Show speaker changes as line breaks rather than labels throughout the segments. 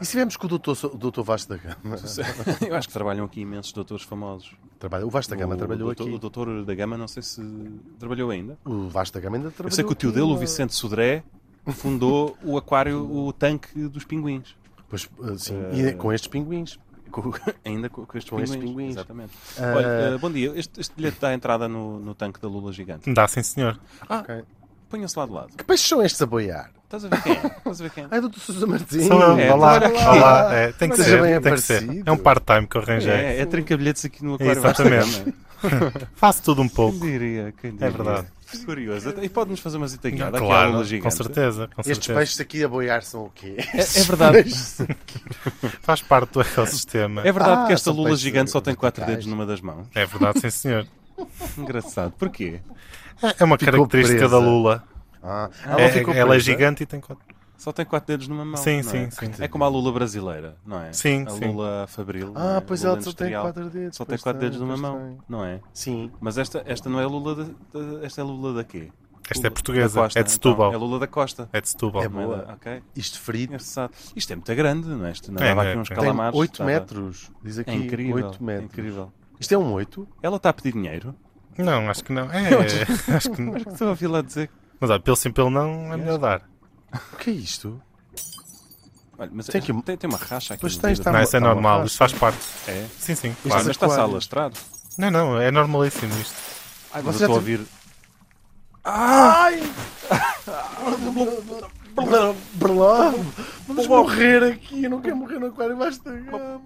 E se vemos que o doutor, o doutor Vasco da Gama
Eu acho que trabalham aqui imensos doutores famosos.
trabalha, o Vasco da Gama
o,
trabalhou
doutor, O
aqui.
doutor da Gama, não sei se trabalhou ainda.
O Vasco da Gama ainda trabalhou.
Eu sei que o tio
aqui,
dele, o
não é?
Vicente Sodré, fundou o aquário, o tanque dos pinguins.
Pois, ah, sim, e com estes pinguins.
Com- ainda com, com estes
Com
pinguins.
estes pinguins.
Exatamente. Olha, eh, bom dia. Este, este bilhete dá entrada no, no tanque da Lula gigante.
Dá sim, senhor.
Ah,
Ok.
ponha-se lá de lado.
Que peixes são estes a boiar?
Estás a ver quem é? Estás a ver quem é?
Ai, doutor Sousa Martins.
Sou eu.
é,
olá,
trabalha aqui.
olá. É, tem que
Mas
ser,
é bem
tem que ser.
aparecido.
É um part-time que eu arranjei.
É, é trincabilhetes aqui no aquário.
Exatamente.
Vasco da Gama. É
Faço tudo um
Quem
pouco.
diria, quem diria.
verdade.
Curioso. Até- E pode-nos fazer uma zita guiada aqui à Lula
Claro,
é um gigante.
com certeza, com
Estes
certeza.
peixes aqui a boiar são o quê?
É, é verdade.
Faz parte do ecossistema.
É verdade
Ah,
que esta
são
Lula
peixes
gigante só tem quatro
verticais.
dedos numa das mãos.
É verdade, sim, senhor.
Engraçado. Porquê?
É- É uma
Ficou
característica
presa.
da Lula.
Ah,
É-
ficou
ela é
presa?
gigante e tem quatro.
Só tem quatro dedos numa mão.
Sim,
não
sim,
é?
sim.
É como a Lula brasileira, não é?
Sim,
a
sim.
Lula Fabril. não
Ah,
é?
pois
Lula
ela só tem
industrial.
quatro dedos.
Só tem
pois
quatro
tem,
dedos numa
pois
mão,
tem.
não é?
Sim.
Mas esta, esta não é Lula da, da- esta é Lula da quê?
Esta
Lula-
é portuguesa,
da Costa,
é de
então. é
Setúbal.
Lula da Costa.
É de Setúbal.
É
Não é da-
boa.
ok.
Isto frito
Engraçado. Isto é muito grande, não é? Isto não
É,
dava
não é?
aqui uns
Tem
tem
calamares.
8
estava-
metros. Diz aqui
tá É incrível.
8
é
metros.
incrível.
Isto é um 8?
Ela está a pedir dinheiro.
Não, acho que não. É, acho que não.
Ah.
Acho que estou a ouvi lá dizer. que-
Mas olha, pelo sim, pelo não, é melhor dar.
O que é isto?
Olha, mas
Tem
tem,
que-
tem, uma racha aqui.
Pois
no
tens,
dedo.
tá-
Não, isso é
tá uma
normal,
faixa.
isso faz parte.
É.
Sim, sim,
Ah, mas
claro.
está-se a
aquário.
alastrado.
Não, não, é normalíssimo isto.
Ai,
Ah, você
mas
já
eu estou a
teve-
ouvir.
Ai! Berlão! Vamos morrer aqui! Eu não quero morrer no aquário embaixo da gama!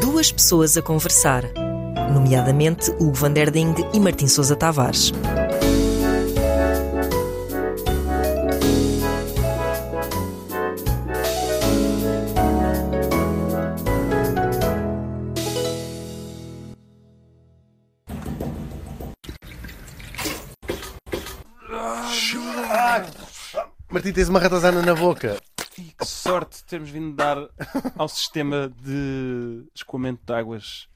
Duas pessoas a conversar, nomeadamente Hugo van der Ding e Martim Sousa Tavares.
Martim, tens uma ratazana na boca!
Ih, que sorte de termos vindo dar ao sistema de escoamento de águas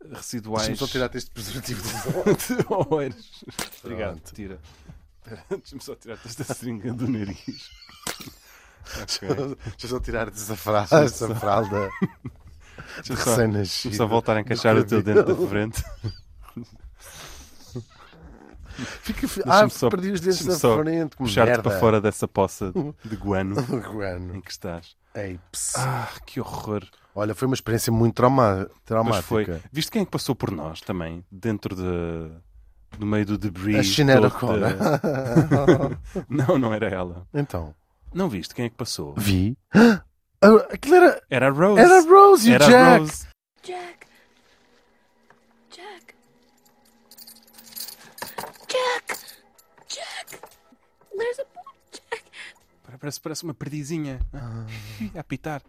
Deixa-me
residuais.
só tirar-te este preservativo do
de Oeiras. Obrigado,
Pronto.
tira. Espera, Deixa-me só tirar esta seringa do nariz. Ok.
Deixa-me só tirar-te essa
Ah,
fralda, essa fralda de
só- Deixa-me só
recém-nascido.
voltar a encaixar o teu dente da frente.
Fica... fi- Ah,
Deixa-me só-
perdi os dentes
deixa-me
da
só
frente, como
Puxar-te
merda!
para fora dessa poça de guano em
Guano.
que estás.
Ei, ps.
Ah, que horror.
Olha, foi uma experiência muito trauma...
Mas
traumática.
foi. Viste quem é que passou por nós também? Dentro de... do meio do debris.
A Sinéad
todo de-
O'Connor.
Não, não era ela.
Então,
Não viste quem é que passou?
vi. Ah, Aquilo era.
Era a Rose.
Era a Rose e o
Era a
Jack.
Rose.
Jack. Jack. Jack. Jack. There's a boy, Jack.
Parece, parece uma perdizinha. A apitar.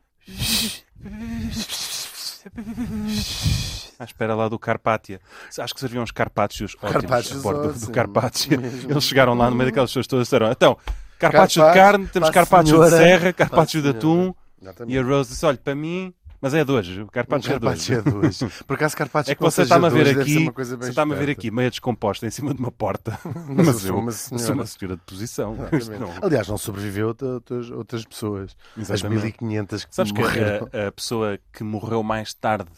À espera lá do Carpátia. Acho que serviam uns Carpátios ótimos
Carpátios
a bordo do,
ótimos,
do Carpátia.
mesmo.
Eles chegaram lá no meio daquelas pessoas todas e disseram: Então, Carpácio de
Carpaccio,
carne, temos
pá,
Carpácio de
senhora.
serra,
Pá,
Carpácio
senhora.
de atum. E
Exatamente.
a Rose disse: Olha, para mim, mas é de hoje. O Carpaccio é de hoje.
Carpaccio é dois. Por acaso, Carpaccio
É que
não
você
seja
está-me a
dois,
ver
deve ser
aqui,
uma coisa bem
você está-me a ver
esperta.
aqui meia descomposta em cima de uma porta.
Mas
Mas
eu sou
eu
uma
eu sou
senhora.
uma senhora de posição. Isto
Exatamente.
não-
Aliás, não sobreviveu a outras, outras pessoas. As
Exatamente.
1500 que
Sabes que eh,
morreram.
a, a pessoa que morreu mais tarde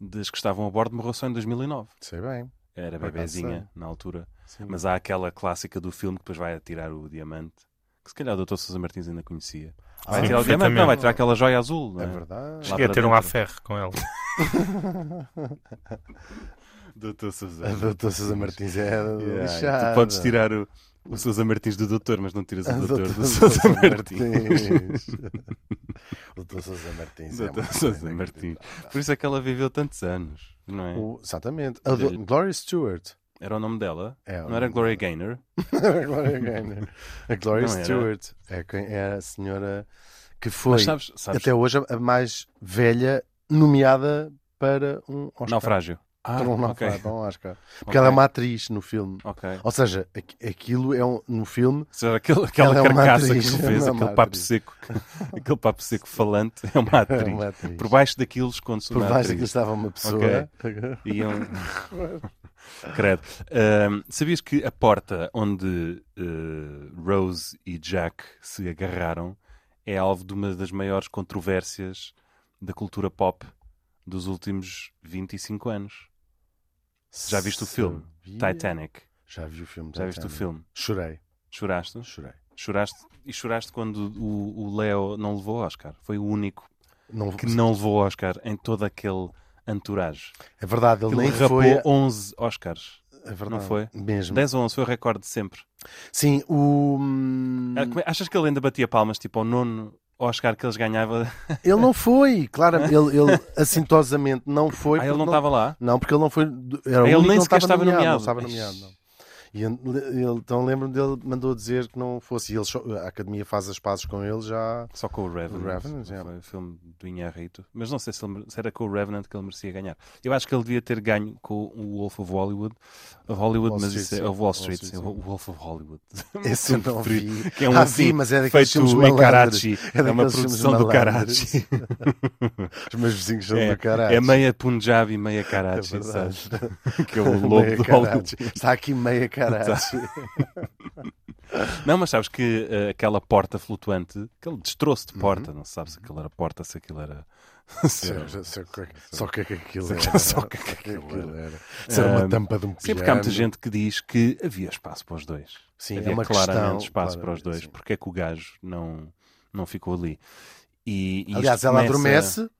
das que estavam a bordo morreu só em 2009.
Sei bem.
Era
Por acaso
bebezinha
sei.
na altura.
Sim.
Mas há aquela clássica do filme que depois vai atirar o diamante. Que se calhar o Dr. Sousa Martins ainda conhecia. Vai
Ah,
atirar
Sim,
o diamante,
perfeitamente.
não, vai tirar aquela joia azul. Não
É
é?
verdade.
Lá
Cheguei a
para
ter um
dentro.
aferro com ela.
Dr. Sousa.
A doutora Sousa é Martins é
Yeah, e
lixada.
tu podes tirar o. O Sousa Martins do Doutor, mas não tiras o Doutor
Ah, Doutor
do Sousa
Sousa
Martins.
Martins. Doutor Sousa Martins. é
Doutor
uma
Sousa
cena
Martins.
inacreditável.
Por isso é que ela viveu tantos anos, não é?
O- exatamente. A do- Gloria Stewart.
Era o nome dela?
É,
não era Gloria Gaynor?
a Gloria Gaynor. A Gloria
Não era.
Stewart. É quem era a senhora que foi
Mas sabes, sabes
até hoje a- a mais velha nomeada para um Oscar.
naufrágio. Ah,
Para um
ok.
naufrágio, para um Oscar. Porque ela é uma atriz no filme.
Ok.
Ou seja, aqu- aquilo é um, no filme.
Ou seja, aquele- aquela
Ela é uma
carcaça
atriz,
que tu
ela é
fez,
uma
aquele papo
atriz.
seco, aquele papo seco falante, é uma
é
atriz.
uma atriz.
Por baixo daquilo esconde-se
Por
uma
baixo
atriz.
daquilo estava uma pessoa.
E é um... Credo. Ahm, sabias que a porta onde eh, Rose e Jack se agarraram é alvo de uma das maiores controvérsias da cultura pop dos últimos 25 anos? Já viste o filme?
Sabia?
Titanic.
Já vi o filme.
Já viste o
Titanic.
filme?
Chorei,
Choraste?
chorei.
Choraste e choraste quando o o Leo não levou o Oscar. Foi o único
Não,
que não levou o Oscar em todo aquele entourage.
É verdade, ele,
Ele
nem
rapou
foi.
11 Oscars.
É verdade,
não foi?
Mesmo.
10 ou 11 foi o recorde de sempre.
Sim, o. hum,
Ah, como é- Achas que ele ainda batia palmas tipo ao nono Oscar que eles ganhavam? Ah,
Ele não foi, claro. Ele, ele assintosamente não foi.
Ah, ele
porque
não estava lá?
Não, porque ele não foi. Era o
Ele
único
nem
que não
sequer estava
Não
nomeado.
estava nomeado, não. E ele, ele- então lembro-me dele mandou dizer que não fosse. E ele só- a academia faz as pazes com ele já.
Só com o Revenant.
O Revenant, é.
Foi o filme do Inharrito. Mas não sei se, ele mere- se era com o Revenant que ele merecia ganhar. Eu acho que ele devia ter ganho com o Wolf of Hollywood. Of Hollywood,
Wall
mas
Street,
isso é
sim.
o Wall
Wall
Street.
Street,
sim,
sim.
o Wolf of Hollywood.
Esse eu não vi.
Que é um
Ah,
assim,
vi, mas é daqueles
feito
filmes
em
malandros.
Karachi. É,
É
uma
daqueles filmes
produção do
malandros.
Karachi.
Os meus vizinhos são
É,
do caralho.
é meia Punjab e meia
É
Karachi,
verdade.
sabes? Que é o lobo
Meia
do Hollywood.
Karachi. Está aqui meia Karachi.
Não, mas sabes que eh, aquela porta flutuante, aquele destroço de
Uhum.
porta, não se sabe se aquilo era porta, se aquilo era. se era-
Só- só- Só o que é que aquilo
Só-
era.
só o que é que
aquilo era. Se era uma
Ahm,
tampa de um piano.
Sim, porque há muita gente que diz que havia espaço para os dois.
Sim,
havia
é uma
claramente
questão,
espaço para
claramente,
os dois.
sim.
Porque é que o gajo não, não ficou ali? E, e isto
Aliás, ela
começa-
adormece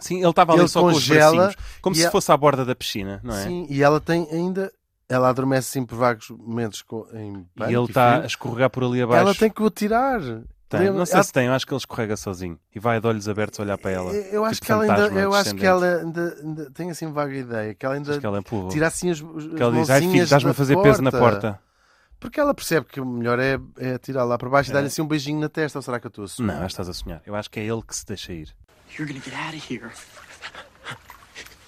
Sim, ele estava ali
Ele
só com os
congela
bracinhos, como
e
se
a-
fosse à borda da piscina, não é?
Sim, e ela tem ainda. Ela adormece sim por vários momentos co- em
E
pânico
ele está a
frio.
escorregar por ali abaixo.
Ela tem que o tirar.
Tem.
Lembra-
Não sei
Ah,
se tem, eu acho que ele escorrega sozinho e vai de olhos abertos a olhar para ela.
Eu acho
tipo
que ela ainda.
fantasma
Eu acho que
descendente.
ela ainda, ainda tem assim vaga ideia. Que ela ainda
Achas que ela empurra.
tira assim as. as
Que ela diz, ai filho,
mãozinhas
estás-me a
da
fazer peso na porta.
Porque ela percebe que o melhor é, é atirar lá para baixo e dar-lhe assim um beijinho na testa. Ou será que eu estou a
Não,
sonhar?
acho que estás a sonhar. Eu acho que é ele que se deixa ir.
You're gonna get out of here.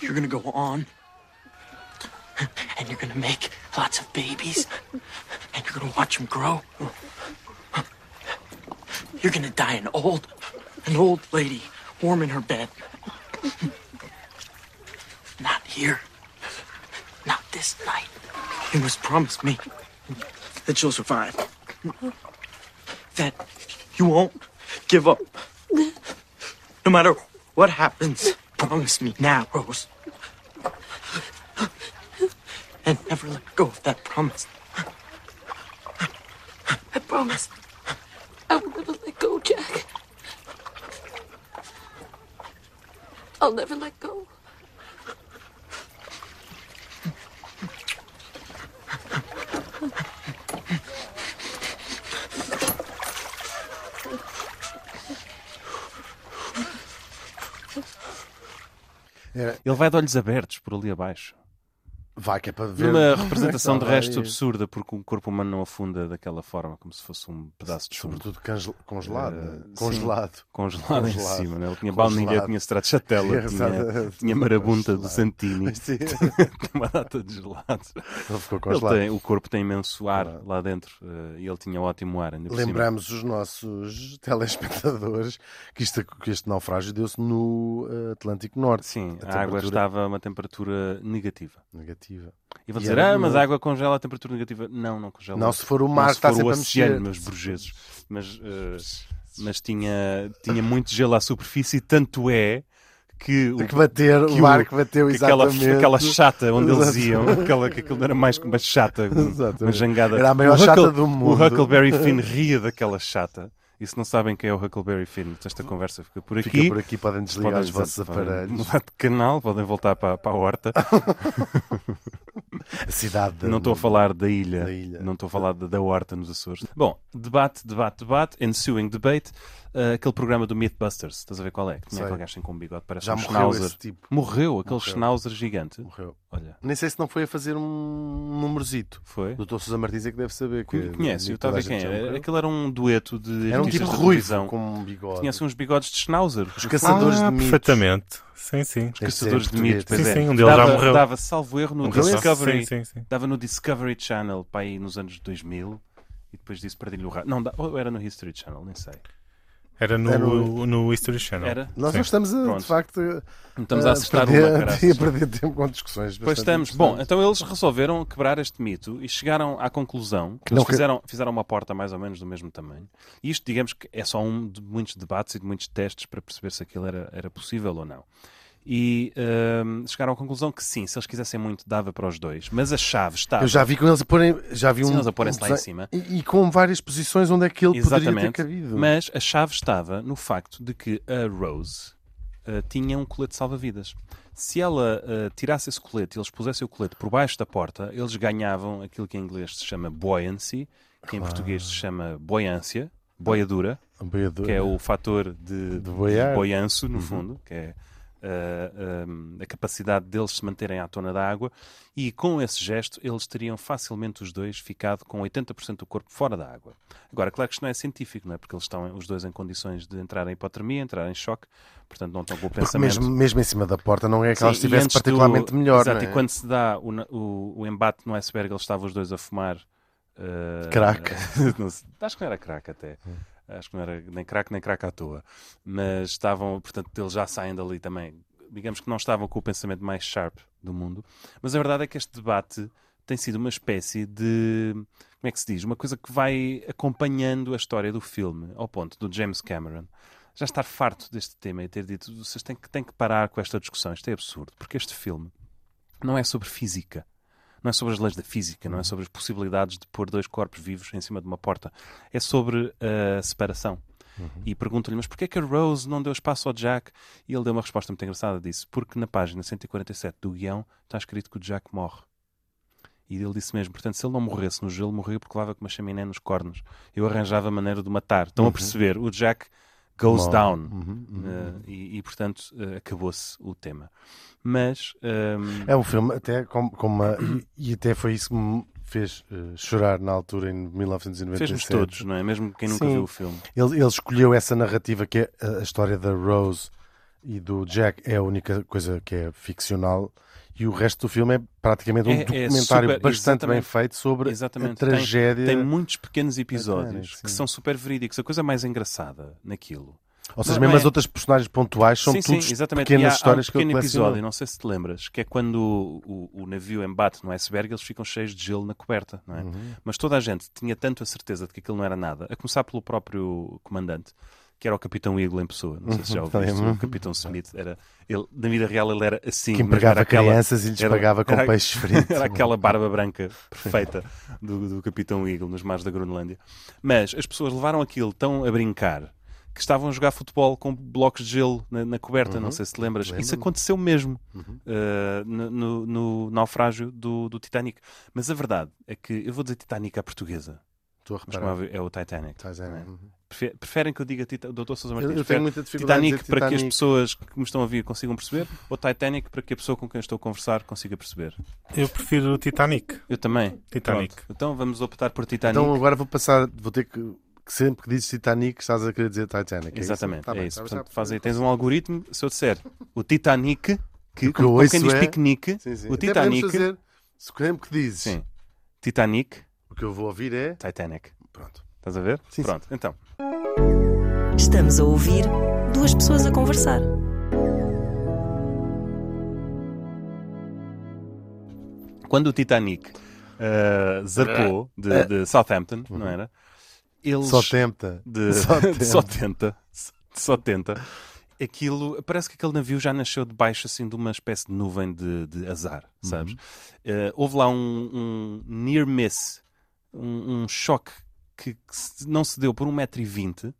You're gonna go on. And you're gonna make lots of babies. And you're gonna watch them grow. You're gonna die an old, an old lady, warm in her bed. Not here. Not this night. You must promise me that you'll survive. That you won't give up. No matter what happens, promise me now, Rose. And never let go of that promise.
I promise. I will never let go, Jack. I'll never let go.
Era-
Ele vai de olhos abertos por ali abaixo.
Vai que é para ver.
Numa representação de
Vai-
resto absurda, porque o corpo humano não afunda daquela forma, como se fosse um pedaço de chumbo
Sobretudo cangel- congelado.
Eh,
né? congelado.
congelado, em
Congelado.
cima. Né? Ele tinha
Congelado.
baunilha, tinha stracciatella, tinha,
Exatamente.
tinha marabunta do
Congelado.
Santini,
Sim.
tinha uma data de gelados.
Ele ficou
Ele
congelado.
tem- o corpo tem imenso ar lá dentro eh, e ele tinha ótimo ar. Ainda por cima.
Lembramos os nossos telespectadores que, isto, que este naufrágio deu-se no eh, Atlântico Norte.
Sim,
A
a, água
temperatura-
estava a uma temperatura negativa.
Negativa.
E vão
E
dizer,
era
ah, mas
muito.
a água congela a temperatura negativa. Não, não congela.
Não, se for o mar, está
se for
sempre
o
a mexer.
oceano, meus burgueses. Mas, eh, mas tinha, tinha muito gelo à superfície, tanto é que, o,
Tem que bater,
que
o
o-
barco bateu
que aquela,
exatamente.
aquela chata onde eles
Exato.
iam, aquela, que aquilo era mais que uma chata, uma
Exatamente.
jangada.
Era a maior
O Huckle-
chata do
O
mundo.
Huckleberry Finn ria daquela chata E se não sabem quem é o Huckleberry Finn, esta conversa fica por aqui.
Fica por aqui, podem desligar
Podem
os vossos
dizer- podem
aparelhos.
Mudar de canal, podem voltar para, para a horta.
A cidade da-
Não estou a falar da ilha.
Da ilha.
Não estou a falar da, da horta nos Açores. Bom, debate, debate, debate. Ensuing debate. Ah, aquele programa do Mythbusters. Estás a ver qual é? Que tinha
Sei.
aquele gajo com um bigode, parece
Já
um
morreu
schnauzer.
esse tipo.
Morreu, aquele
Morreu.
schnauzer gigante.
Morreu.
Olha,
Nem sei se não foi a fazer um númerozito.
foi.
Doutor Sousa Martins é que deve saber. Que
Conhece, eu estava a ver quem era.
era.
Aquele era um dueto de
Era um
artistas
tipo
da
ruivo
televisão.
com um bigode.
Tinha assim uns bigodes de schnauzer.
Os caçadores
ah,
de mitos.
perfeitamente. Sim, sim.
Deve ser
Caçadores de
português.
mitos, pois
Sim,
é.
sim, um deles já
dava,
morreu.
Dava salvo erro no
Um deles?
Discovery.
Sim, sim, sim.
Dava no Discovery Channel, para aí nos anos 2000. E depois disso perdi-lhe o rato. Não, da- ou era no History Channel, nem sei.
Era no,
Era
no History Channel.
Era?
Nós
Sim.
não estamos, a,
Pronto.
de facto, a-
Não estamos a assustar uma,
Ah, perder,
caraças.
a perder tempo com discussões.
Pois
bastante
estamos. Bom,
interessantes.
então eles resolveram quebrar este mito e chegaram à conclusão que
Não
eles
que-
fizeram, fizeram uma porta mais ou menos do mesmo tamanho. E isto, digamos que é só um de muitos debates e de muitos testes para perceber se aquilo era, era possível ou não. E hum, chegaram à conclusão que sim, se eles quisessem muito, dava para os dois, mas a chave estava.
Eu já vi com eles a porem. Já vi
Sim,
um.
eles a porem-se lá em
um-
cima.
E, e com várias posições onde é que ele poderia ter
Exatamente.
cabido.
Mas a chave estava no facto de que a Rose ah, tinha um colete salva-vidas. Se ela ah, tirasse esse colete e eles pusessem o colete por baixo da porta, eles ganhavam aquilo que em inglês se chama buoyancy, que em português se chama boiância, boiadura,
Um boiador.
que é o fator de, de
boiar.
boianço,
Uhum.
no fundo, que é ah, ah, a capacidade deles se manterem à tona da água. E com esse gesto, eles teriam facilmente os dois ficado com 80% do corpo fora da água. Agora, claro que isto não é científico, não é? Porque eles estão os dois em condições de entrar em hipotermia, entrar em choque, portanto não estão com o
Porque
pensamento.
mesmo, mesmo em cima da porta não é que
Sim,
ela
e
estivesse
antes do-
particularmente melhor.
Exato,
não é?
e quando se dá o, na- o, o embate no iceberg, eles estavam os dois a fumar. eh,
Crack.
eh, não sei, Hum. acho que não era crack até. Acho que não era nem crack nem crack à toa. Mas estavam, portanto, eles já saem dali também. Digamos que não estavam com o pensamento mais sharp do mundo. Mas a verdade é que este debate tem sido uma espécie de. Como é que se diz? Uma coisa que vai acompanhando a história do filme, ao ponto do James Cameron já estar farto deste tema e ter dito: vocês têm que, têm que parar com esta discussão, isto é absurdo, porque este filme não é sobre física. Não é sobre as leis da física,
Uhum.
não é sobre as possibilidades de pôr dois corpos vivos em cima de uma porta. É sobre a separação.
Uhum.
E pergunto-lhe, mas porquê é que a Rose não deu espaço ao Jack? E ele deu uma resposta muito engraçada disse Porque na página 147 do guião está escrito que o Jack morre. E ele disse mesmo, portanto, se ele não morresse no gelo, morria porque levava com uma chaminé nos cornos. Eu arranjava maneira de o matar. Estão a perceber? O Jack goes
Uhum. Morre.
down.
Uhum, uhum.
Eh, e, e, portanto, eh, acabou-se o tema. Mas... ehm,
É um filme, até como, como uma- e, e até foi isso que me fez eh, chorar na altura, em 1997.
Fez-nos todos, não é? Mesmo quem nunca
Sim.
viu o filme.
Ele, ele escolheu essa narrativa que é a, a história da Rose e do Jack, é a única coisa que é ficcional, e o resto do filme é praticamente um
É- é
documentário
super-
bastante bem
exatamente.
feito sobre a
Exatamente. Tem-
tragédia.
Tem muitos pequenos episódios
Titanic,
que
sim.
são super verídicos. A coisa mais engraçada naquilo.
Ou seja,
Não,
mesmo
não é-
as outras personagens pontuais são
sim, sim,
todas
exatamente. E há-
pequenas
há
histórias
um
que ele
pequeno
colecionou.
episódio, não sei se te lembras, que é quando o, o- o navio embate no iceberg, eles ficam cheios de gelo na coberta, não é?
Uhum.
Mas toda a gente tinha tanto a certeza de que aquilo não era nada, a começar pelo próprio comandante, que era o Capitão Eagle em pessoa. Não sei se já
Uhum.
ouviste.
Lembro-me.
o Capitão Smith era. Ele, na vida real, ele era assim.
Que
mas
empregava
era aquela-
crianças e lhes pagava com
era-
peixe frito.
Era aquela barba branca perfeita do, do Capitão Eagle nos mares da Groenlândia. Mas as pessoas levaram aquilo tão a brincar que estavam a jogar futebol com blocos de gelo na, na coberta.
Uhum.
Não sei se te lembras. Isso aconteceu mesmo uh, no, no- no naufrágio do, do Titanic. Mas a verdade é que eu vou dizer Titanic à portuguesa,
Estou a
mas
reparar.
como é, é o Titanic.
Estás a-
não é? Prefe- Preferem que eu diga Tita, Dr. Sousa
Eu,
Martins?
eu
prefere-
tenho muita dificuldade em
Titanic,
dizer
para que as
Titanic.
pessoas que me estão a ouvir consigam perceber, ou Titanic para que a pessoa com quem eu estou a conversar consiga perceber?
Eu prefiro o Titanic.
Eu também.
Titanic.
Pronto. Então vamos optar por Titanic.
Então agora vou passar, vou ter que, que sempre que dizes Titanic estás a querer dizer Titanic. é isso?
Exatamente,
Tá
é
bem,
isso.
tá bem,
Portanto,
tá bem.
faz aí. Tens um algoritmo. Se eu disser o Titanic, que,
O que
como,
eu
como quem
ouço
diz
é-
piquenique,
Sim, sim.
o
Até podemos
Titanic,
fazer, se sempre que dizes,
Sim. Titanic,
o que eu vou ouvir é.
Titanic.
Pronto.
Estás a ver?
Sim,
Pronto, então.
Estamos a ouvir duas pessoas a conversar.
Quando o Titanic uh, zarpou
Eh,
de, de Southampton,
Uhum.
não era? Eles
Só tenta.
de,
Só
de só
tenta.
tenta. Só tenta. Aquilo, parece que aquele navio já nasceu debaixo assim de uma espécie de nuvem de, de azar,
Uhum.
sabes? Eh, houve lá um, um um near miss, um, um choque que, que se- não se deu por 1,20m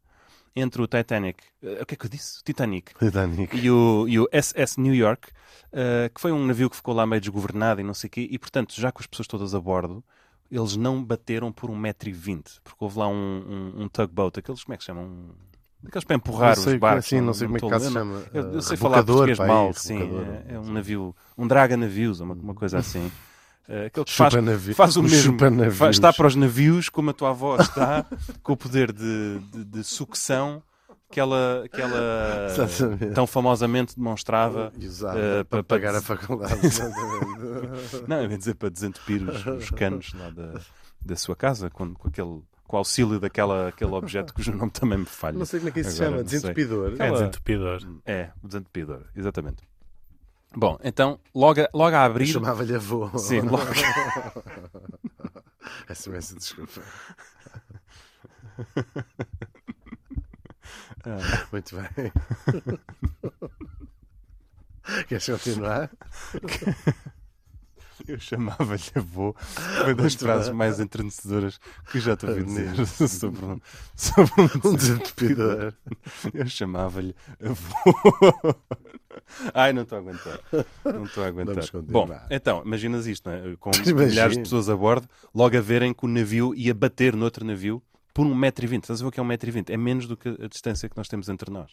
entre o Titanic, eh, o que é que eu disse? Titanic
Titanic.
e o, e o SS New York, eh, que foi um navio que ficou lá meio desgovernado e não sei o quê, e portanto, já com as pessoas todas a bordo, eles não bateram por 1,20m, porque houve lá um, um, um tugboat, aqueles, como é que se chamam? Um- Aqueles para empurrar
Não sei
os
que-
barcos.
sim, não sei como é que
estou a
cá se
lembrar.
chama.
Eu, eu
Eh,
sei falar
rebocador,
português
pá,
mal,
isso,
sim.
rebocador.
É, é um navio, um draga navios, uma, uma coisa assim. Eh, aquele que faz,
Chupa-navi-
faz o
um
mesmo.
chupa-navios.
Faz- está para os navios como a tua avó está, com o poder de, de, de sucção que ela, que ela
Exatamente.
tão famosamente demonstrava
E usava
eh,
para
pa-
pagar
pa-
a faculdade. Exatamente.
Não, eu ia dizer para desentupir os, os canos lá da, da sua casa com, com aquele com o auxílio daquela aquele objeto cujo nome também me falha.
não sei como é que isso se chama.
Agora não sei. É um
Desentupidor.
Aquela-
Desentupidor.
É, o desentupidor, exatamente. Bom, então, logo, a- logo a
Eu
abrir.
Chamava-lhe avô.
Sim, logo,
Peço imensa desculpa.
Ah.
Muito bem. Queres continuar?
eu chamava-lhe avô. Foi um das
Muito
frases
bem.
mais entrenecedoras que eu já te ouvi dizer
Mesmo.
sobre um, sobre um
Um desentupidor.
Eu chamava-lhe avô. Ai, não estou a aguentar. Não estou a aguentar.
Vamos continuar.
Bom, então, imaginas isto, não é? com
Imagina.
milhares de pessoas a bordo, logo a verem que o navio ia bater noutro navio por 1,20m. Estás a ver o que é 1,20m? É menos do que a distância que nós temos entre nós.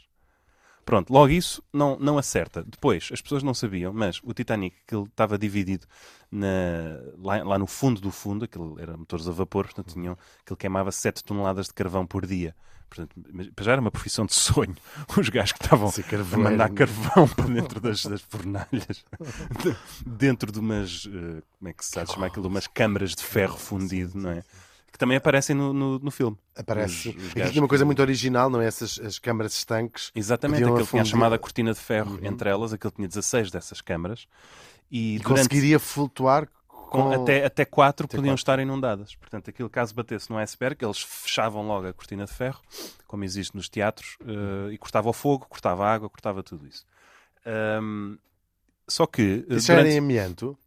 Pronto, logo isso não, não acerta. Depois, as pessoas não sabiam, mas o Titanic, que ele estava dividido na- lá, lá no fundo do fundo, aquilo era motores a vapor, portanto, tinham, aquilo queimava 7 toneladas de carvão por dia. Portanto, mas- para já era uma profissão de sonho. Os gajos que estavam
Ser
a
carvoeiro.
mandar carvão para dentro das, das fornalhas, dentro de umas, eh, como é que se sabe chamar aquilo, umas câmaras de ferro fundido, não é? Que também aparecem no, no, no filme.
Aparece.
Os- os
Aqui
gajos
tem uma coisa
que-
muito original, não é? Essas as câmaras estanques.
Exatamente,
Podiam
aquele tinha a
afundir-
chamada cortina de ferro entre elas, aquele tinha 16 dessas câmaras Uhum. e,
E
durante-
conseguiria flutuar
com-
com,
até, até 4
até
podiam
quatro.
estar inundadas. Portanto, aquilo caso batesse no iceberg, eles fechavam logo a cortina de ferro, como existe nos teatros, eh, e cortava o fogo, cortava a água, cortava tudo isso. Ahm, só que eh,
Isso já era
durante-
em amianto?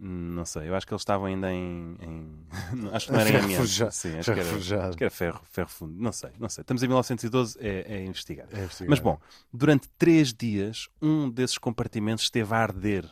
Hum, não sei, eu acho que eles estavam ainda em, em- não, acho que não
Em
era em
ferro
amianto.
forjado.
Sim, acho
Já
que era, acho
forjado.
que era ferro, ferro fundo, não sei, não sei. Estamos em 1912, é, é investigar.
É possível.
Mas bom, durante três dias, um desses compartimentos esteve a arder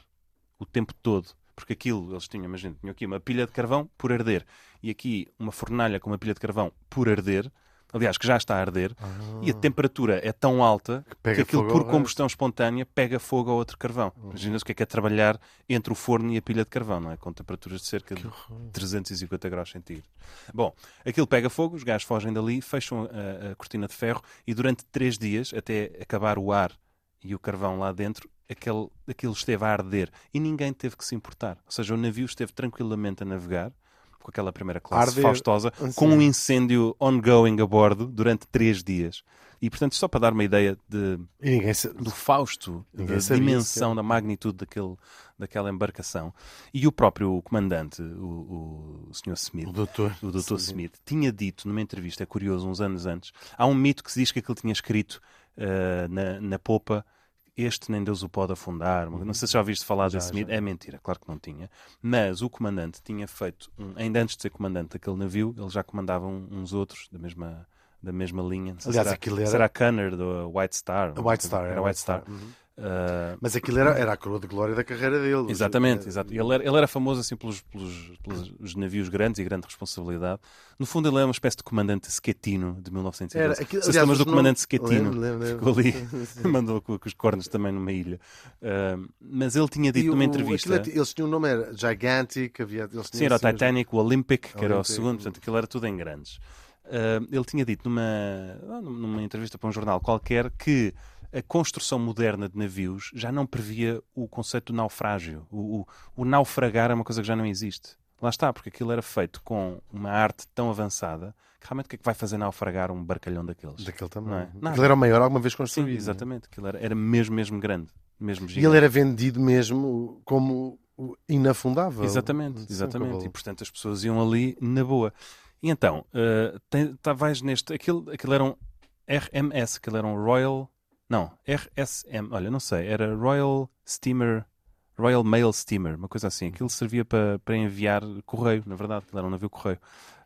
o tempo todo. Porque aquilo, eles tinham, imagina, tinham aqui uma pilha de carvão por arder. E aqui uma fornalha com uma pilha de carvão por arder. Aliás, que já está a arder. E a temperatura é tão alta que,
Ah, pega
aquilo
fogo ao Hum.
por
resto.
combustão espontânea pega fogo a outro carvão. Imagina-se o que é que é trabalhar entre o forno e a pilha de carvão, não é? Com temperaturas de cerca de 350 graus centígrados. Bom, aquilo pega fogo, os gajos fogem dali, fecham a, a cortina de ferro e durante três dias, até acabar o ar e o carvão lá dentro, aquele, aquilo esteve a arder e ninguém teve que se importar. Ou seja, o navio esteve tranquilamente a navegar com aquela primeira classe
Arder.
faustosa,
Ah,
com
sim.
um incêndio ongoing a bordo durante três dias. E portanto, só para dar uma ideia de,
E ninguém se...
do Fausto,
Ninguém
da
sabia
dimensão,
sequer.
da magnitude daquele, daquela embarcação. E o próprio comandante, o, o Sr. Smith,
O doutor.
o Dr. Smith, tinha dito numa entrevista, é curioso, uns anos antes, há um mito que se diz que aquilo tinha escrito ah, na, na popa este nem Deus o pode afundar. Não sei se já ouviste falar desse Smith. É mentira, claro que não tinha. Mas o comandante tinha feito, um- ainda antes de ser comandante daquele navio, ele já comandava um- uns outros da mesma, da mesma linha. Não sei se
Aliás, aquilo era-
Será Cunard ou a White Star?
A White Star. é,
Era White Star.
Uhum.
Ah,
Mas aquilo era, era a coroa de glória da carreira dele.
Exatamente,
Eh,
exato. Ele era, ele era famoso assim pelos, pelos, pelos os navios grandes e grande responsabilidade. No fundo, ele é uma espécie de comandante Schettino de 1912.
Era,
Era,
aquilo-
Se
aliás,
lembras do
os nomes-
comandante Schettino,
Lembro, lembro,
ficou ali,
lembro.
mandou com, com os cornos também numa ilha. Ah, mas ele tinha dito
E
numa
o-
entrevista.
aquilo é- eles tinham um nome, era Gigantic, havia... Eles
Sim,
tinham
era o
assim uns-
Titanic, o Olympic, que era o
Olympic.
segundo, portanto, aquilo era tudo em grandes. Ah, ele tinha dito numa, ah, numa entrevista para um jornal qualquer que a construção moderna de navios já não previa o conceito do naufrágio. O, o- o naufragar é uma coisa que já não existe. Lá está, porque aquilo era feito com uma arte tão avançada que realmente o que é que vai fazer naufragar um barcalhão daqueles?
Daquele
Não
tamanho.
é? Nada.
Aquilo era o maior alguma vez
Sim,
construído. não é?
exatamente. Aquilo era, era mesmo, mesmo grande. Mesmo
E
gigante.
ele era vendido mesmo como o inafundável.
Exatamente,
Sim, um
exatamente.
como-
E portanto as pessoas iam ali na boa. E então, eh, tem- tá, vais neste. Aquilo, aquilo era um RMS, aquilo era um Royal. Não, RSM, olha, não sei, era Royal Steamer. Royal Mail Steamer, uma coisa assim. Aquilo servia para, para enviar correio, na verdade, aquilo era um navio correio.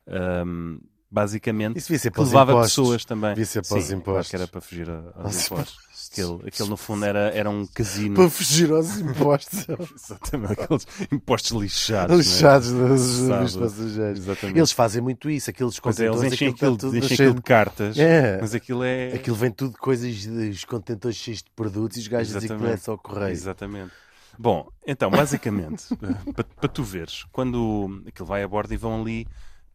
Ahm, basicamente,
Isso devia ser
que
para os
levava
impostos.
pessoas também.
Devia ser para
Sim,
os
eu acho
impostos.
que era para fugir a- aos
Aos
impostos. Aquele, aquele, no fundo, era, era um casino.
Para fugir aos impostos.
Exatamente, aqueles impostos lixados.
Lixados dos
Sabe.
dos passageiros.
né? Exatamente.
Eles fazem muito isso, aqueles
Pois é, eles
contentores,
enchem
aquilo
aquilo,
está tudo
enchem
cheio
aquilo de cartas,
É.
mas aquilo é.
Aquilo vem tudo de coisas, de- os contentores cheios de produtos e os gajos dizem que não é só correio.
Exatamente. Bom, então, basicamente, para, para tu veres, quando aquilo vai a bordo e vão ali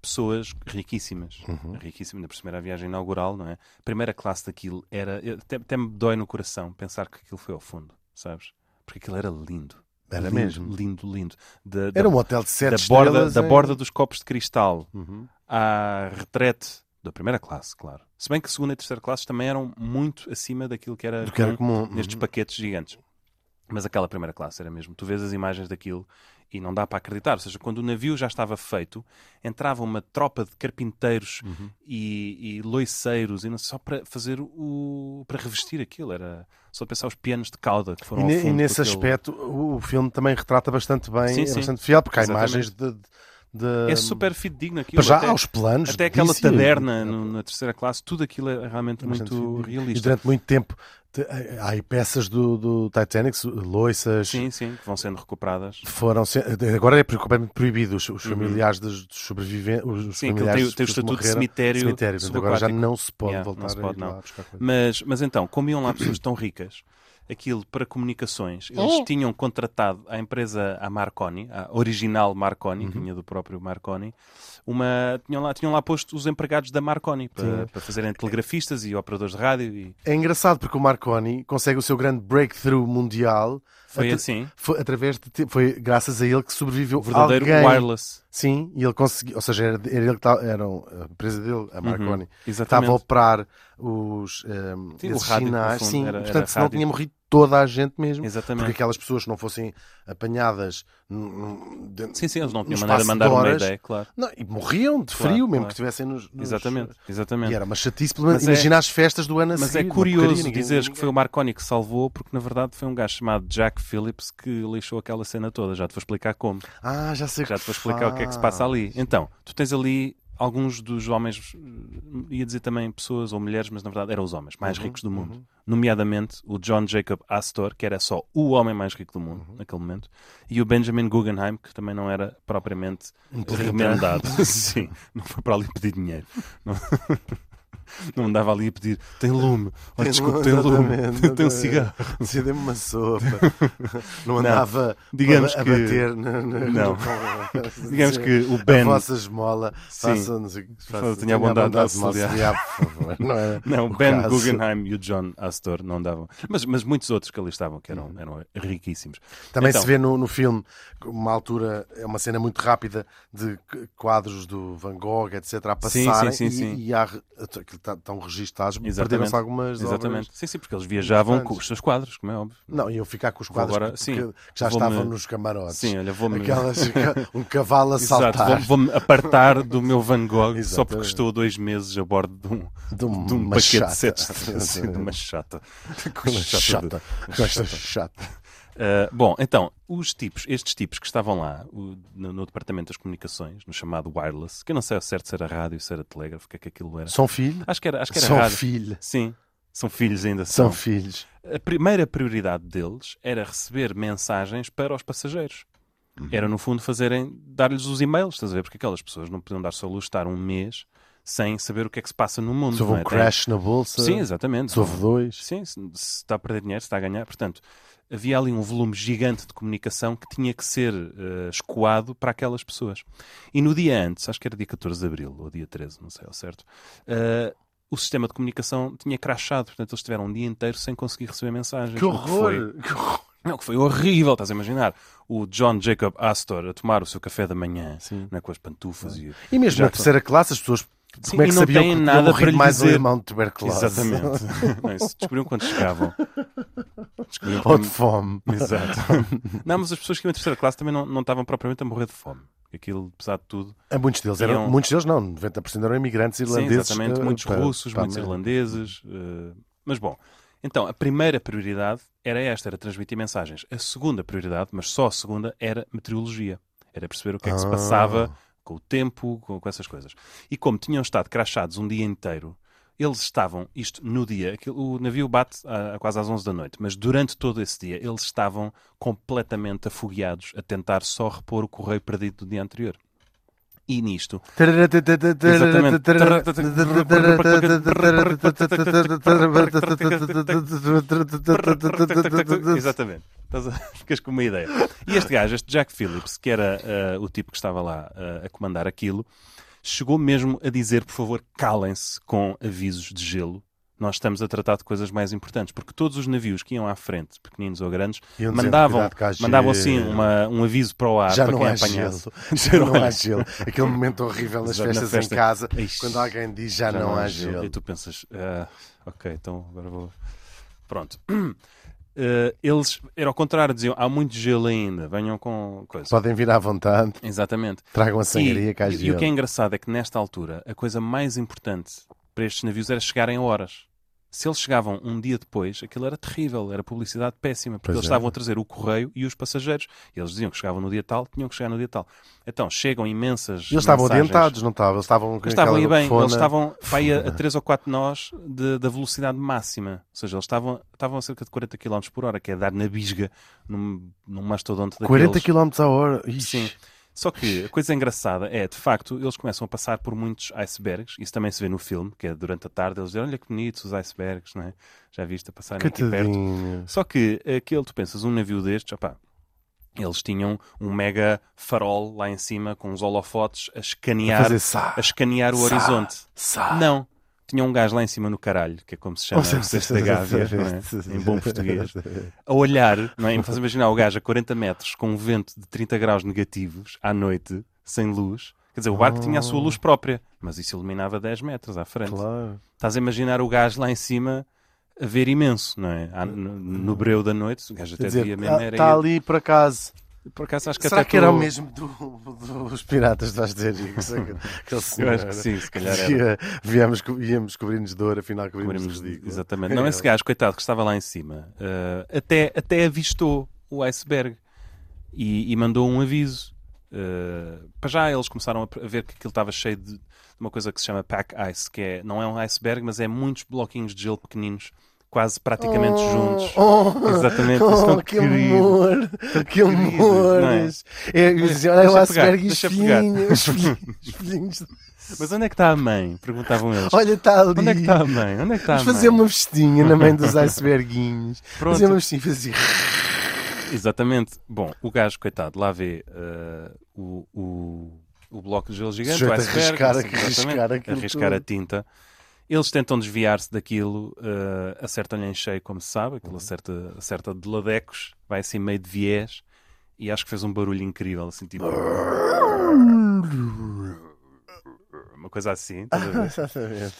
pessoas riquíssimas,
Uhum.
riquíssimas, na primeira viagem inaugural, não é? A primeira classe daquilo era. eu- Até, até me dói no coração pensar que aquilo foi ao fundo, sabes? Porque aquilo era lindo.
Era
Lindo,
mesmo.
Lindo, lindo. Da- da-
Era um hotel de sete
da borda,
estrelas, Uhum.
da
é?
borda dos copos de cristal à retrete da primeira classe, claro. Se bem que segunda e terceira classes também eram muito acima daquilo que era,
Do que era comum.
nestes
Uhum.
paquetes gigantes. Mas aquela primeira classe era mesmo. Tu vês as imagens daquilo e não dá para acreditar. Ou seja, quando o navio já estava feito, entrava uma tropa de carpinteiros
Uhum.
e, e loiceiros e não, só para fazer o. para revestir aquilo. Era só pensar os pianos de cauda que
E,
foram ao
ne- e
fundo com
nesse
aquele-
aspecto o o filme também retrata bastante bem,
Sim,
é
sim.
bastante fiel, porque há
Exatamente.
imagens de. de-
É super fidedigno aquilo.
Para já
até-
há os planos.
Até aquela
disso e-
taberna no- na terceira classe, tudo aquilo é realmente
É bastante
muito
fidedigno. E
realista.
durante muito tempo te- eh, há aí peças do, do Titanic, su- loiças,
Sim, sim, que vão sendo recuperadas.
foram se- agora é completamente proibido os, os familiares dos, dos sobreviventes os
Uhum. Sim, aquilo
familiares
tem o- tem
dos
o
que
estatuto de
morreram,
cemitério
portanto, agora já
subaquático.
não se pode
Yeah,
voltar
não se
a ir
pode,
lá
não.
buscar coisas.
Mas, mas então, como iam lá pessoas tão ricas, aquilo para comunicações, eles tinham contratado à empresa, a Marconi, a original Marconi,
Uhum.
que vinha do próprio Marconi, uma, tinham, lá, tinham lá posto os empregados da Marconi para, para fazerem telegrafistas e operadores de rádio. E
é engraçado porque o Marconi consegue o seu grande breakthrough mundial
foi
atra-
assim,
foi através de te- foi graças a ele que sobreviveu
o verdadeiro
alguém
wireless.
Sim, e ele conseguiu, ou seja, era, era ele que tava, era a empresa dele,
Uhum.
a Marconi, estava
Exatamente.
a operar os ehm,
Sim, o
esses
rádio, no
sinais.
fundo,
Sim,
era- era
portanto, senão
rádio.
tinha morrido toda a gente mesmo.
Exatamente.
Porque aquelas pessoas que não fossem apanhadas. num- num- de-
Sim, sim, eles não
num
tinham maneira de
espaço
mandar uma
horas,
ideia, claro.
Não, e morriam de
Claro,
frio, mesmo
claro.
que estivessem nos, nos-
Exatamente, exatamente.
E era uma chatice, pelo menos,
Mas é-
imagina as festas do ano a
Mas
seguir,
é
uma
curioso
porcaria, ninguém-
dizeres que foi o Marconi que salvou, porque na verdade foi um gajo chamado Jack Phillips que lixou aquela cena toda. Já te vou explicar como.
Ah, já sei
Já te vou explicar o que é que se
faz.
passa ali. Então, tu tens ali alguns dos homens, hum, ia dizer também pessoas ou mulheres, mas na verdade eram os homens mais ricos do mundo. Nomeadamente o John Jacob Astor, que era só o homem mais rico do mundo naquele momento, e o Benjamin Guggenheim, que também não era propriamente remendado. Sim, não foi para ali pedir dinheiro. Não... Não andava ali a pedir, tem lume, olha, desculpa, tem lume,
Exatamente,
tem, tem um
exatamente.
cigarro.
Você deu-me uma sopa. Não andava
digamos
a, a
que-
bater na, na-
Não.
na-
Digamos que o Ben-
A vossa esmola.
Sim.
Faça, não sei, faça,
Tenha a bondade de auxiliar.
auxiliar, por favor. Não, é
Não,
o
Ben
caso.
Guggenheim e o John Astor não davam. Mas, mas muitos outros que ali estavam, que eram, eram riquíssimos.
Uhum. Também
Então,
se vê no, no filme uma altura, é uma cena muito rápida de c- quadros do Van Gogh, etc., a
Sim,
passarem
sim, sim,
e,
sim.
e há, re- aquilo tá- estão registados,
Exatamente.
perderam-se algumas obras.
Exatamente. Sim, sim, porque eles viajavam com os seus quadros, como é óbvio.
Não, iam ficar com os
Vou
quadros
agora-
que,
sim,
que- que já
vou-me-
estavam nos camarotes.
Sim, olha, vou-me
Aquelas, um cavalo a
Exato,
saltar.
vou- vou-me apartar do meu Van Gogh só porque
Exatamente.
estou dois meses a bordo de um,
De um-
de um
uma
paquete
chata.
de sete estrelas, sim, de uma chata.
Com esta
Chata
chata.
de-
Com esta chata.
Uh, bom, então, os tipos, estes tipos que estavam lá o- no, no Departamento das Comunicações, no chamado Wireless, que eu não sei ao certo se era rádio, se era telégrafo, o que é que aquilo era.
São filhos?
Acho que era, Ah, acho que era
São
rádio.
filho.
Sim, são filhos ainda.
São
São.
filhos.
A primeira prioridade deles era receber mensagens para os passageiros. Era, no fundo, fazerem, dar-lhes os e-mails, estás a ver? Porque aquelas pessoas não podiam dar só luz estar um mês sem saber o que é que se passa no mundo.
Se houve
não
um
é? Tem-
crash na bolsa.
Sim, exatamente.
Se houve dois.
Sim, se, se está a perder dinheiro, se está a ganhar. Portanto, havia ali um volume gigante de comunicação que tinha que ser eh, escoado para aquelas pessoas. E no dia antes, acho que era dia 14 de abril ou dia 13, não sei ao certo, eh, o sistema de comunicação tinha crashado. Portanto, eles tiveram um dia inteiro sem conseguir receber mensagens.
Que
O foi-
horror! Que horror.
não, que foi horrível, estás a imaginar? O John Jacob Astor a tomar o seu café da manhã né, com as pantufas e.
E mesmo
Já
na terceira classe, as pessoas.
Sim,
como é
e
que
não
sabiam
têm
que tinha
nada
morrido
para lhe
mais um
dizer.
irmão de tuberculose?
Exatamente. não, isso descobriam quando chegavam. Descobriam
Ou
quando-
de fome.
Exato. não, mas as pessoas que iam em terceira classe também não, não estavam propriamente a morrer de fome. Aquilo, apesar de tudo.
Ah, Muitos deles eram.
Iam-
Muitos deles não, 90% eram imigrantes irlandeses.
sim, exatamente.
eh,
Muitos
para-
russos,
para a
muitos
América.
irlandeses. eh, mas bom, então a primeira prioridade era esta, era transmitir mensagens. A segunda prioridade, mas só a segunda, era meteorologia. Era perceber o que é que se
Ah.
passava com o tempo, com, com essas coisas. E como tinham estado crachados um dia inteiro, eles estavam, isto no dia, aquilo- o navio bate ah, a, quase às 11 da noite, mas durante todo esse dia eles estavam completamente afogueados a tentar só repor o correio perdido do dia anterior. E nisto,
Exatamente.
Exatamente. Estás a- Ficas com uma ideia. E este gajo, este Jack Phillips, que era eh, o tipo que estava lá eh, a comandar aquilo, chegou mesmo a dizer, por favor, calem-se com avisos de gelo. Nós estamos a tratar de coisas mais importantes, porque todos os navios que iam à frente, pequeninos ou grandes,
Iam dizendo,
mandavam,
"Cuidado que há gelo."
mandavam assim uma- um aviso para o ar
Já
para
não
quem
há
apanhasse.
gelo. Já não há gelo. Aquele momento horrível nas
Exato, é? na
festas em
festa.
casa,
Ixi.
quando alguém diz já não há gelo.
E tu pensas, "Ah, ok, então agora vou. Pronto. Eh, eles, era ao contrário, diziam, há muito gelo ainda, venham com coisa.
Podem vir à vontade,
Exatamente.
tragam a
E,
sangria que há
e, e o
gelo.
que é engraçado é que nesta altura a coisa mais importante para estes navios era chegarem a horas. Se eles chegavam um dia depois, aquilo era terrível, era publicidade péssima, porque
Pois
eles
é.
estavam a trazer o correio e os passageiros. E eles diziam que chegavam no dia tal, tinham que chegar no dia tal. Então chegam imensas.
Eles estavam
mensagens.
adiantados, não estavam? Eles estavam com
Eles estavam
aquela
aí bem,
fona.
eles estavam pá, aí a 3 ou 4 nós de- da velocidade máxima. Ou seja, eles estavam, estavam a cerca de 40 km por hora, que é dar na bisga num, num mastodonte daqueles.
40 km a hora. Ixi.
Sim. Só que a coisa engraçada é, de facto, eles começam a passar por muitos icebergs. Isso também se vê no filme, que é durante a tarde. Eles dizem, olha que bonitos os icebergs, não é? Já viste a passar
Que
aqui perto.
tadinho.
Só que aquele, tu pensas, um navio destes, opá, eles tinham um mega farol lá em cima com os holofotes a escanear,
A fazer sá,
a escanear o
sá,
horizonte.
sá.
Não, tinha um gajo lá em cima no caralho, que é como se chama este da Gávea, não é? em bom português, a olhar, não é? me faz imaginar o gajo a 40 metros com um vento de 30 graus negativos à noite, sem luz. Quer dizer, o barco tinha a sua luz própria, mas isso iluminava 10 metros à frente.
Claro.
Estás a imaginar o gajo lá em cima a ver imenso, não é? À- no, no breu da noite, o gajo até
Quer dizer,
via mesmo. Era
está
ele.
ali por acaso.
Por acaso acho que
Será
até
que era
tu-
o mesmo do- do- dos piratas das Jericos? Aquele
Eu
senhor.
acho que sim, se calhar era.
Ia- viemos, co- íamos cobrir-nos de ouro, afinal cobrimos
Cobrimos-
de ridículo.
Exatamente. Não,
É.
esse gajo, coitado, que estava lá em cima, eh, até, até avistou o iceberg e, e mandou um aviso. Eh, para já eles começaram a ver que aquilo estava cheio de, de uma coisa que se chama pack ice, que é, não é um iceberg, mas é muitos bloquinhos de gelo pequeninos, quase praticamente juntos.
Oh,
Exatamente, é eles
Oh,
estão
que amor, que amores. É, eu dizia, olha
Deixa
o
pegar,
iceberg e os
deixa pegar.
filhinhos. os filhinhos, os filhinhos.
Mas onde é que está a mãe? Perguntavam eles.
Olha, está ali.
onde é que está a mãe? Onde é que está
Vamos
a mãe?
fazer uma festinha na mãe dos iceberguinhos.
Pronto.
Fazer uma festinha, fazer assim.
Exatamente. Bom, o gajo, coitado, lá vê eh, o, o, o bloco de gelo gigante,
Sujeito
o
a
iceberg,
riscar, a
exatamente,
riscar aquilo
arriscar a
tudo.
tinta. Eles tentam desviar-se daquilo, eh, acertam-lhe em cheio, como se sabe,
Uhum.
aquilo acerta, acerta de ladecos, vai assim meio de viés, e acho que fez um barulho incrível, assim tipo. Uma coisa assim, estás a ver?
Exatamente.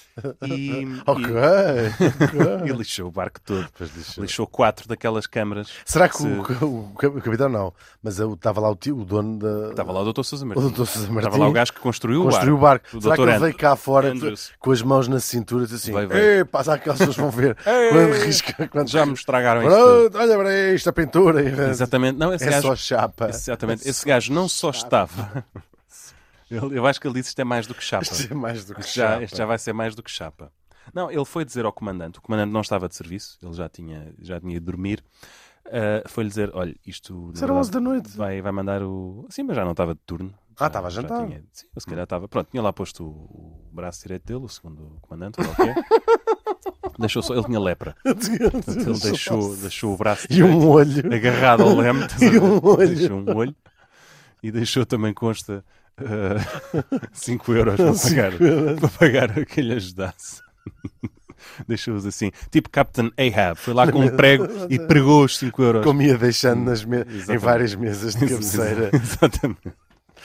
E,
Ok.
e- e lixou o barco todo.
lixou.
lixou. quatro daquelas câmaras.
Será que
Se-
o, o- o capitão não? Mas eu- estava lá o, tio, o dono da.
Estava lá o Dr. Sousa
o
Martins.
doutor Sousa
Estava
Martins.
lá o gajo que construiu,
Construiu
o
o barco.
O
Será que
Dr.
ele veio cá fora
Andrews.
com as mãos na cintura disse assim:
Vai, vai.
Ei, pá, sabe aquelas pessoas vão ver quando risca, quando
Já me estragaram isto. tudo.
Pronto, olha para aí, esta pintura.
Exatamente. Não, esse
É
gajo,
só É chapa.
exatamente. Esse gajo não só estava. Ele- eu acho que ele disse isto é mais do que chapa.
Isto é mais do que
Isto já,
chapa.
isto já vai ser mais do que chapa. Não, ele foi dizer ao comandante, o comandante não estava de serviço, ele já tinha, já tinha ido dormir. ah, Foi-lhe dizer: olha, isto. na
Isso era 11
verdade,
da noite.
Vai, vai mandar o. Sim, mas já não estava de turno.
Ah,
Já-
estava a
já
jantar.
tinha- Sim, eu se calhar estava. Pronto, tinha lá posto o, o braço direito dele, o segundo comandante, ou lá o que é. Deixou só, ele tinha lepra. Portanto, ele deixou, deixou o braço
E um
direito
olho.
agarrado ao leme, estás a
E
ver?
um olho.
deixou um olho e deixou também consta 5 euros para pagar, para pagar a que lhe ajudasse. Deixou-os assim, tipo Captain Ahab, foi lá com um prego e pregou os 5 euros.
Comia deixando nas me- em
Exatamente.
várias mesas de cabeceira
Exatamente.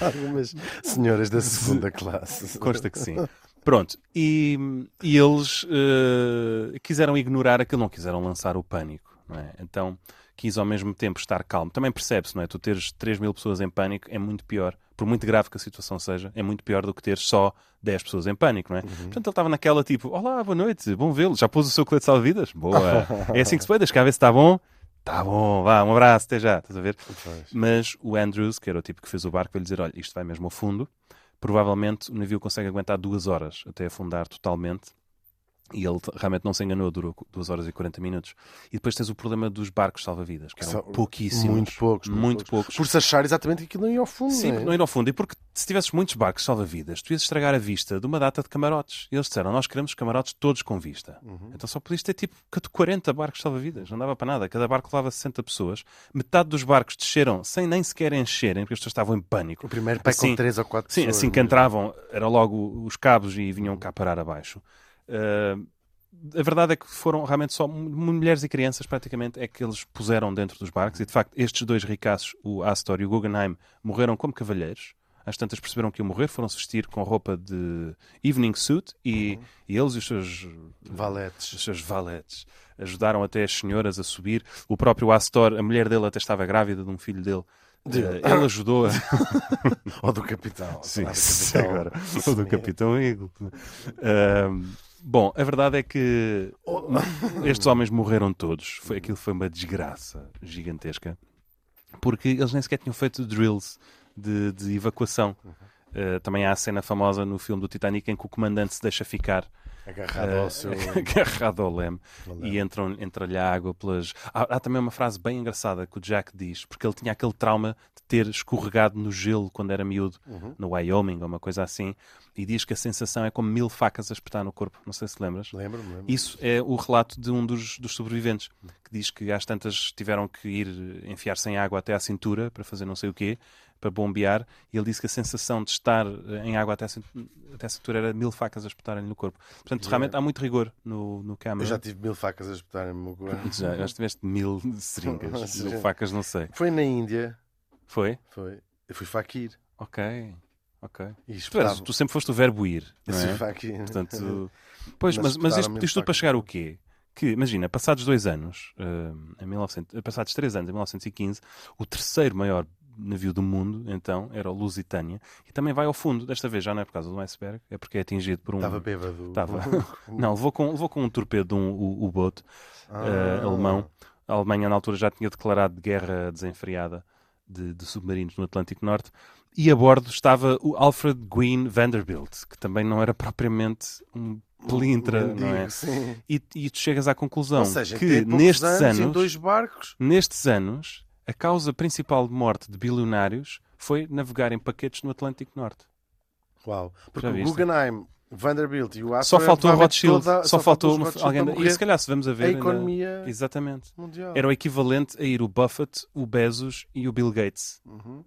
algumas senhoras da segunda classe.
Consta que sim. Pronto, e, e eles eh, quiseram ignorar aquilo, não quiseram lançar o pânico, não é? Então quis ao mesmo tempo estar calmo. Também percebe-se, não é? Tu teres 3 mil pessoas em pânico é muito pior, por muito grave que a situação seja, é muito pior do que ter só 10 pessoas em pânico, não é? Portanto, ele estava naquela tipo: Olá, boa noite, bom vê-lo, já pôs o seu colete de salva-vidas? Boa, é assim que se põe, deixa cá ver se está bom. Tá bom, vá, um abraço, até já, estás a ver? Mas o Andrews, que era o tipo que fez o barco, veio lhe dizer: Olha, isto vai mesmo ao fundo provavelmente o navio consegue aguentar duas horas até afundar totalmente. E ele t- realmente não se enganou, durou 2 horas e 40 minutos. E depois tens o problema dos barcos salva-vidas, é que eram
São
pouquíssimos.
Muito poucos.
Muito poucos.
Por se achar exatamente que aquilo não ia ao fundo.
Sim,
não é?
não ir ao fundo. E porque se tivesses muitos barcos salva-vidas, tu ias estragar a vista de uma data de camarotes. E eles disseram, nós queremos camarotes todos com vista.
Uhum.
Então só podias ter tipo 40 barcos salva-vidas. Não dava para nada. Cada barco levava 60 pessoas. Metade dos barcos desceram sem nem sequer encherem, porque as pessoas estavam em pânico.
O primeiro pai com
Assim-
três ou quatro
Sim,
pessoas,
assim que
não é?
entravam, eram logo os cabos e vinham cá parar abaixo. Ah, a verdade é que foram realmente só mu- mulheres e crianças, praticamente, é que eles puseram dentro dos barcos. E de facto, estes dois ricaços, o Astor e o Guggenheim, morreram como cavalheiros. Às tantas perceberam que iam morrer, foram-se vestir com roupa de evening suit e, e eles e os seus
Valetes.
os seus valetes ajudaram até as senhoras a subir. O próprio Astor, a mulher dele até estava grávida de um filho dele. Eh, ele ajudou a.
Ou do capitão. sei
Sim,
lá, do
sim,
capitão.
agora. Ou do Capitão Eagle. Ahm, bom, a verdade é que
Oh.
estes homens morreram todos. Foi, aquilo foi uma desgraça gigantesca. Porque eles nem sequer tinham feito drills de, de evacuação.
Uhum.
Ah, também há a cena famosa no filme do Titanic em que o comandante se deixa ficar
Agarrado
Eh,
ao seu.
agarrado ao leme e entram, entra-lhe a água pelas. Há, há também uma frase bem engraçada que o Jack diz, porque ele tinha aquele trauma de ter escorregado no gelo quando era miúdo,
Uhum.
no Wyoming ou uma coisa assim, e diz que a sensação é como mil facas a espetar no corpo. Não sei se lembras.
Lembro-me, lembro-me.
Isso é o relato de um dos, dos sobreviventes, que diz que às tantas tiveram que ir enfiar-se em água até à cintura para fazer não sei o quê, para bombear, e ele disse que a sensação de estar eh, em água até à cintura, até à cintura era mil facas a espetarem-lhe no corpo. Portanto, realmente há muito rigor no, no
Eu
Cameron.
já tive mil facas a espetarem-me no cu.
Já, já tiveste mil seringas,
Sim.
mil facas, não sei.
Foi na Índia.
Foi?
Foi. Eu fui faquir.
Ok, ok.
E
Tu, eras-
espetava.
tu sempre foste o verbo ir,
Eu
não
fui
é?
faquir.
Portanto, pois,
Mas
mas, mas
espetaram-me
isto,
de
isto tudo para
facto.
chegar o quê? Que, imagina, passados dois anos, eh, em 1900, eh, passados três anos, em 1915, o terceiro maior navio do mundo, então, era o Lusitânia, e também vai ao fundo, desta vez já não é por causa do iceberg, é porque é atingido por um...
Estava bêbado.
Estava. Não, levou com, levou com um torpedo um, o, o bote
Ah.
eh, alemão. A Alemanha, na altura, já tinha declarado guerra desenfreada de, de submarinos no Atlântico Norte. E a bordo estava o Alfred Gwyn Vanderbilt, que também não era propriamente um pelintra,
Mendigo,
não é?
Sim.
E, e tu chegas à conclusão
Ou seja,
que
tem poucos
nestes
anos,
anos,
em dois barcos.
nestes anos, a causa principal de morte de bilionários foi navegar em paquetes no Atlântico Norte.
Uau. Porque
Já
o
viste?
Guggenheim, Vanderbilt e o Astor...
Só faltou a
provavelmente
Rothschild,
toda-
só, faltou,
os
uma-
Rothschild
alguém.
para
da-
morrer.
E se calhar, se vamos a ver.
A
ainda-
economia
Exatamente.
mundial.
Era o equivalente a ir o Buffett, o Bezos e o Bill Gates.
Uhum.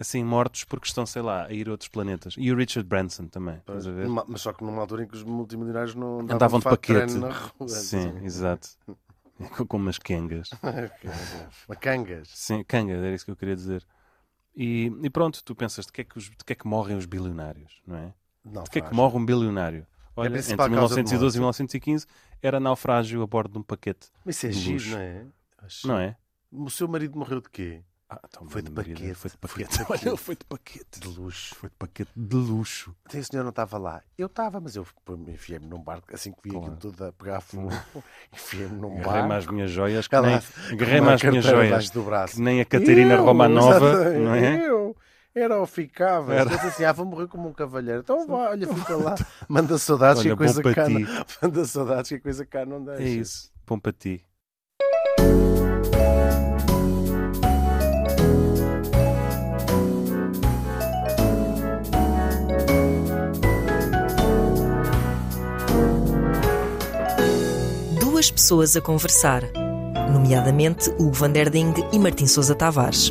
Assim, mortos porque estão, sei lá, a ir a outros planetas. E o Richard Branson também. Estás a ver?
Numa- Mas só que numa altura em que os multimilionários não davam
Andavam de
fato
paquete.
treino na rua. é?
Sim, exato. Com- Com umas cangas.
Macangas.
Sim, canga, era isso que eu queria dizer. E, e pronto, tu pensas de que, é que os, de que é que morrem os bilionários, não é?
Não
De que é
faz.
que morre um bilionário? Olha, entre
É principal causa de
1912 e
morte.
1915 era naufrágio a bordo de um paquete,
Mas isso é
de
giro,
luxo.
não é? Acho-
não é?
O seu marido morreu de quê?
Ah, então,
Foi de
meu marido,
paquete,
Foi de
foi de
paquete.
paquete.
Olha, foi de paquete.
De luxo.
Foi de paquete de luxo.
Então, o senhor não estava lá. Eu estava, mas eu pô, me enfiei-me num barco assim que vi
Claro.
aquilo tudo a pegar fogo. Enfiei-me num
Agarrei mais
barco.
minhas joias que
Olha lá,
nem, agarrei
com
mais
uma
minhas
carteira
joias
debaixo do braço.
que nem a Catarina
Eu,
Romanova,
exatamente,
não é?
Eu. Era ou ficava.
Era.
Era. assim, ah, vou morrer como um cavalheiro. Então, vá, olha, fica lá. Manda saudades que
Olha,
a
bom
coisa
para
cá
ti.
não... Manda saudades que a coisa cá não deixa.
É isso. Bom para ti.
Duas pessoas a conversar, nomeadamente Hugo Van der Ding e Martim Sousa Tavares.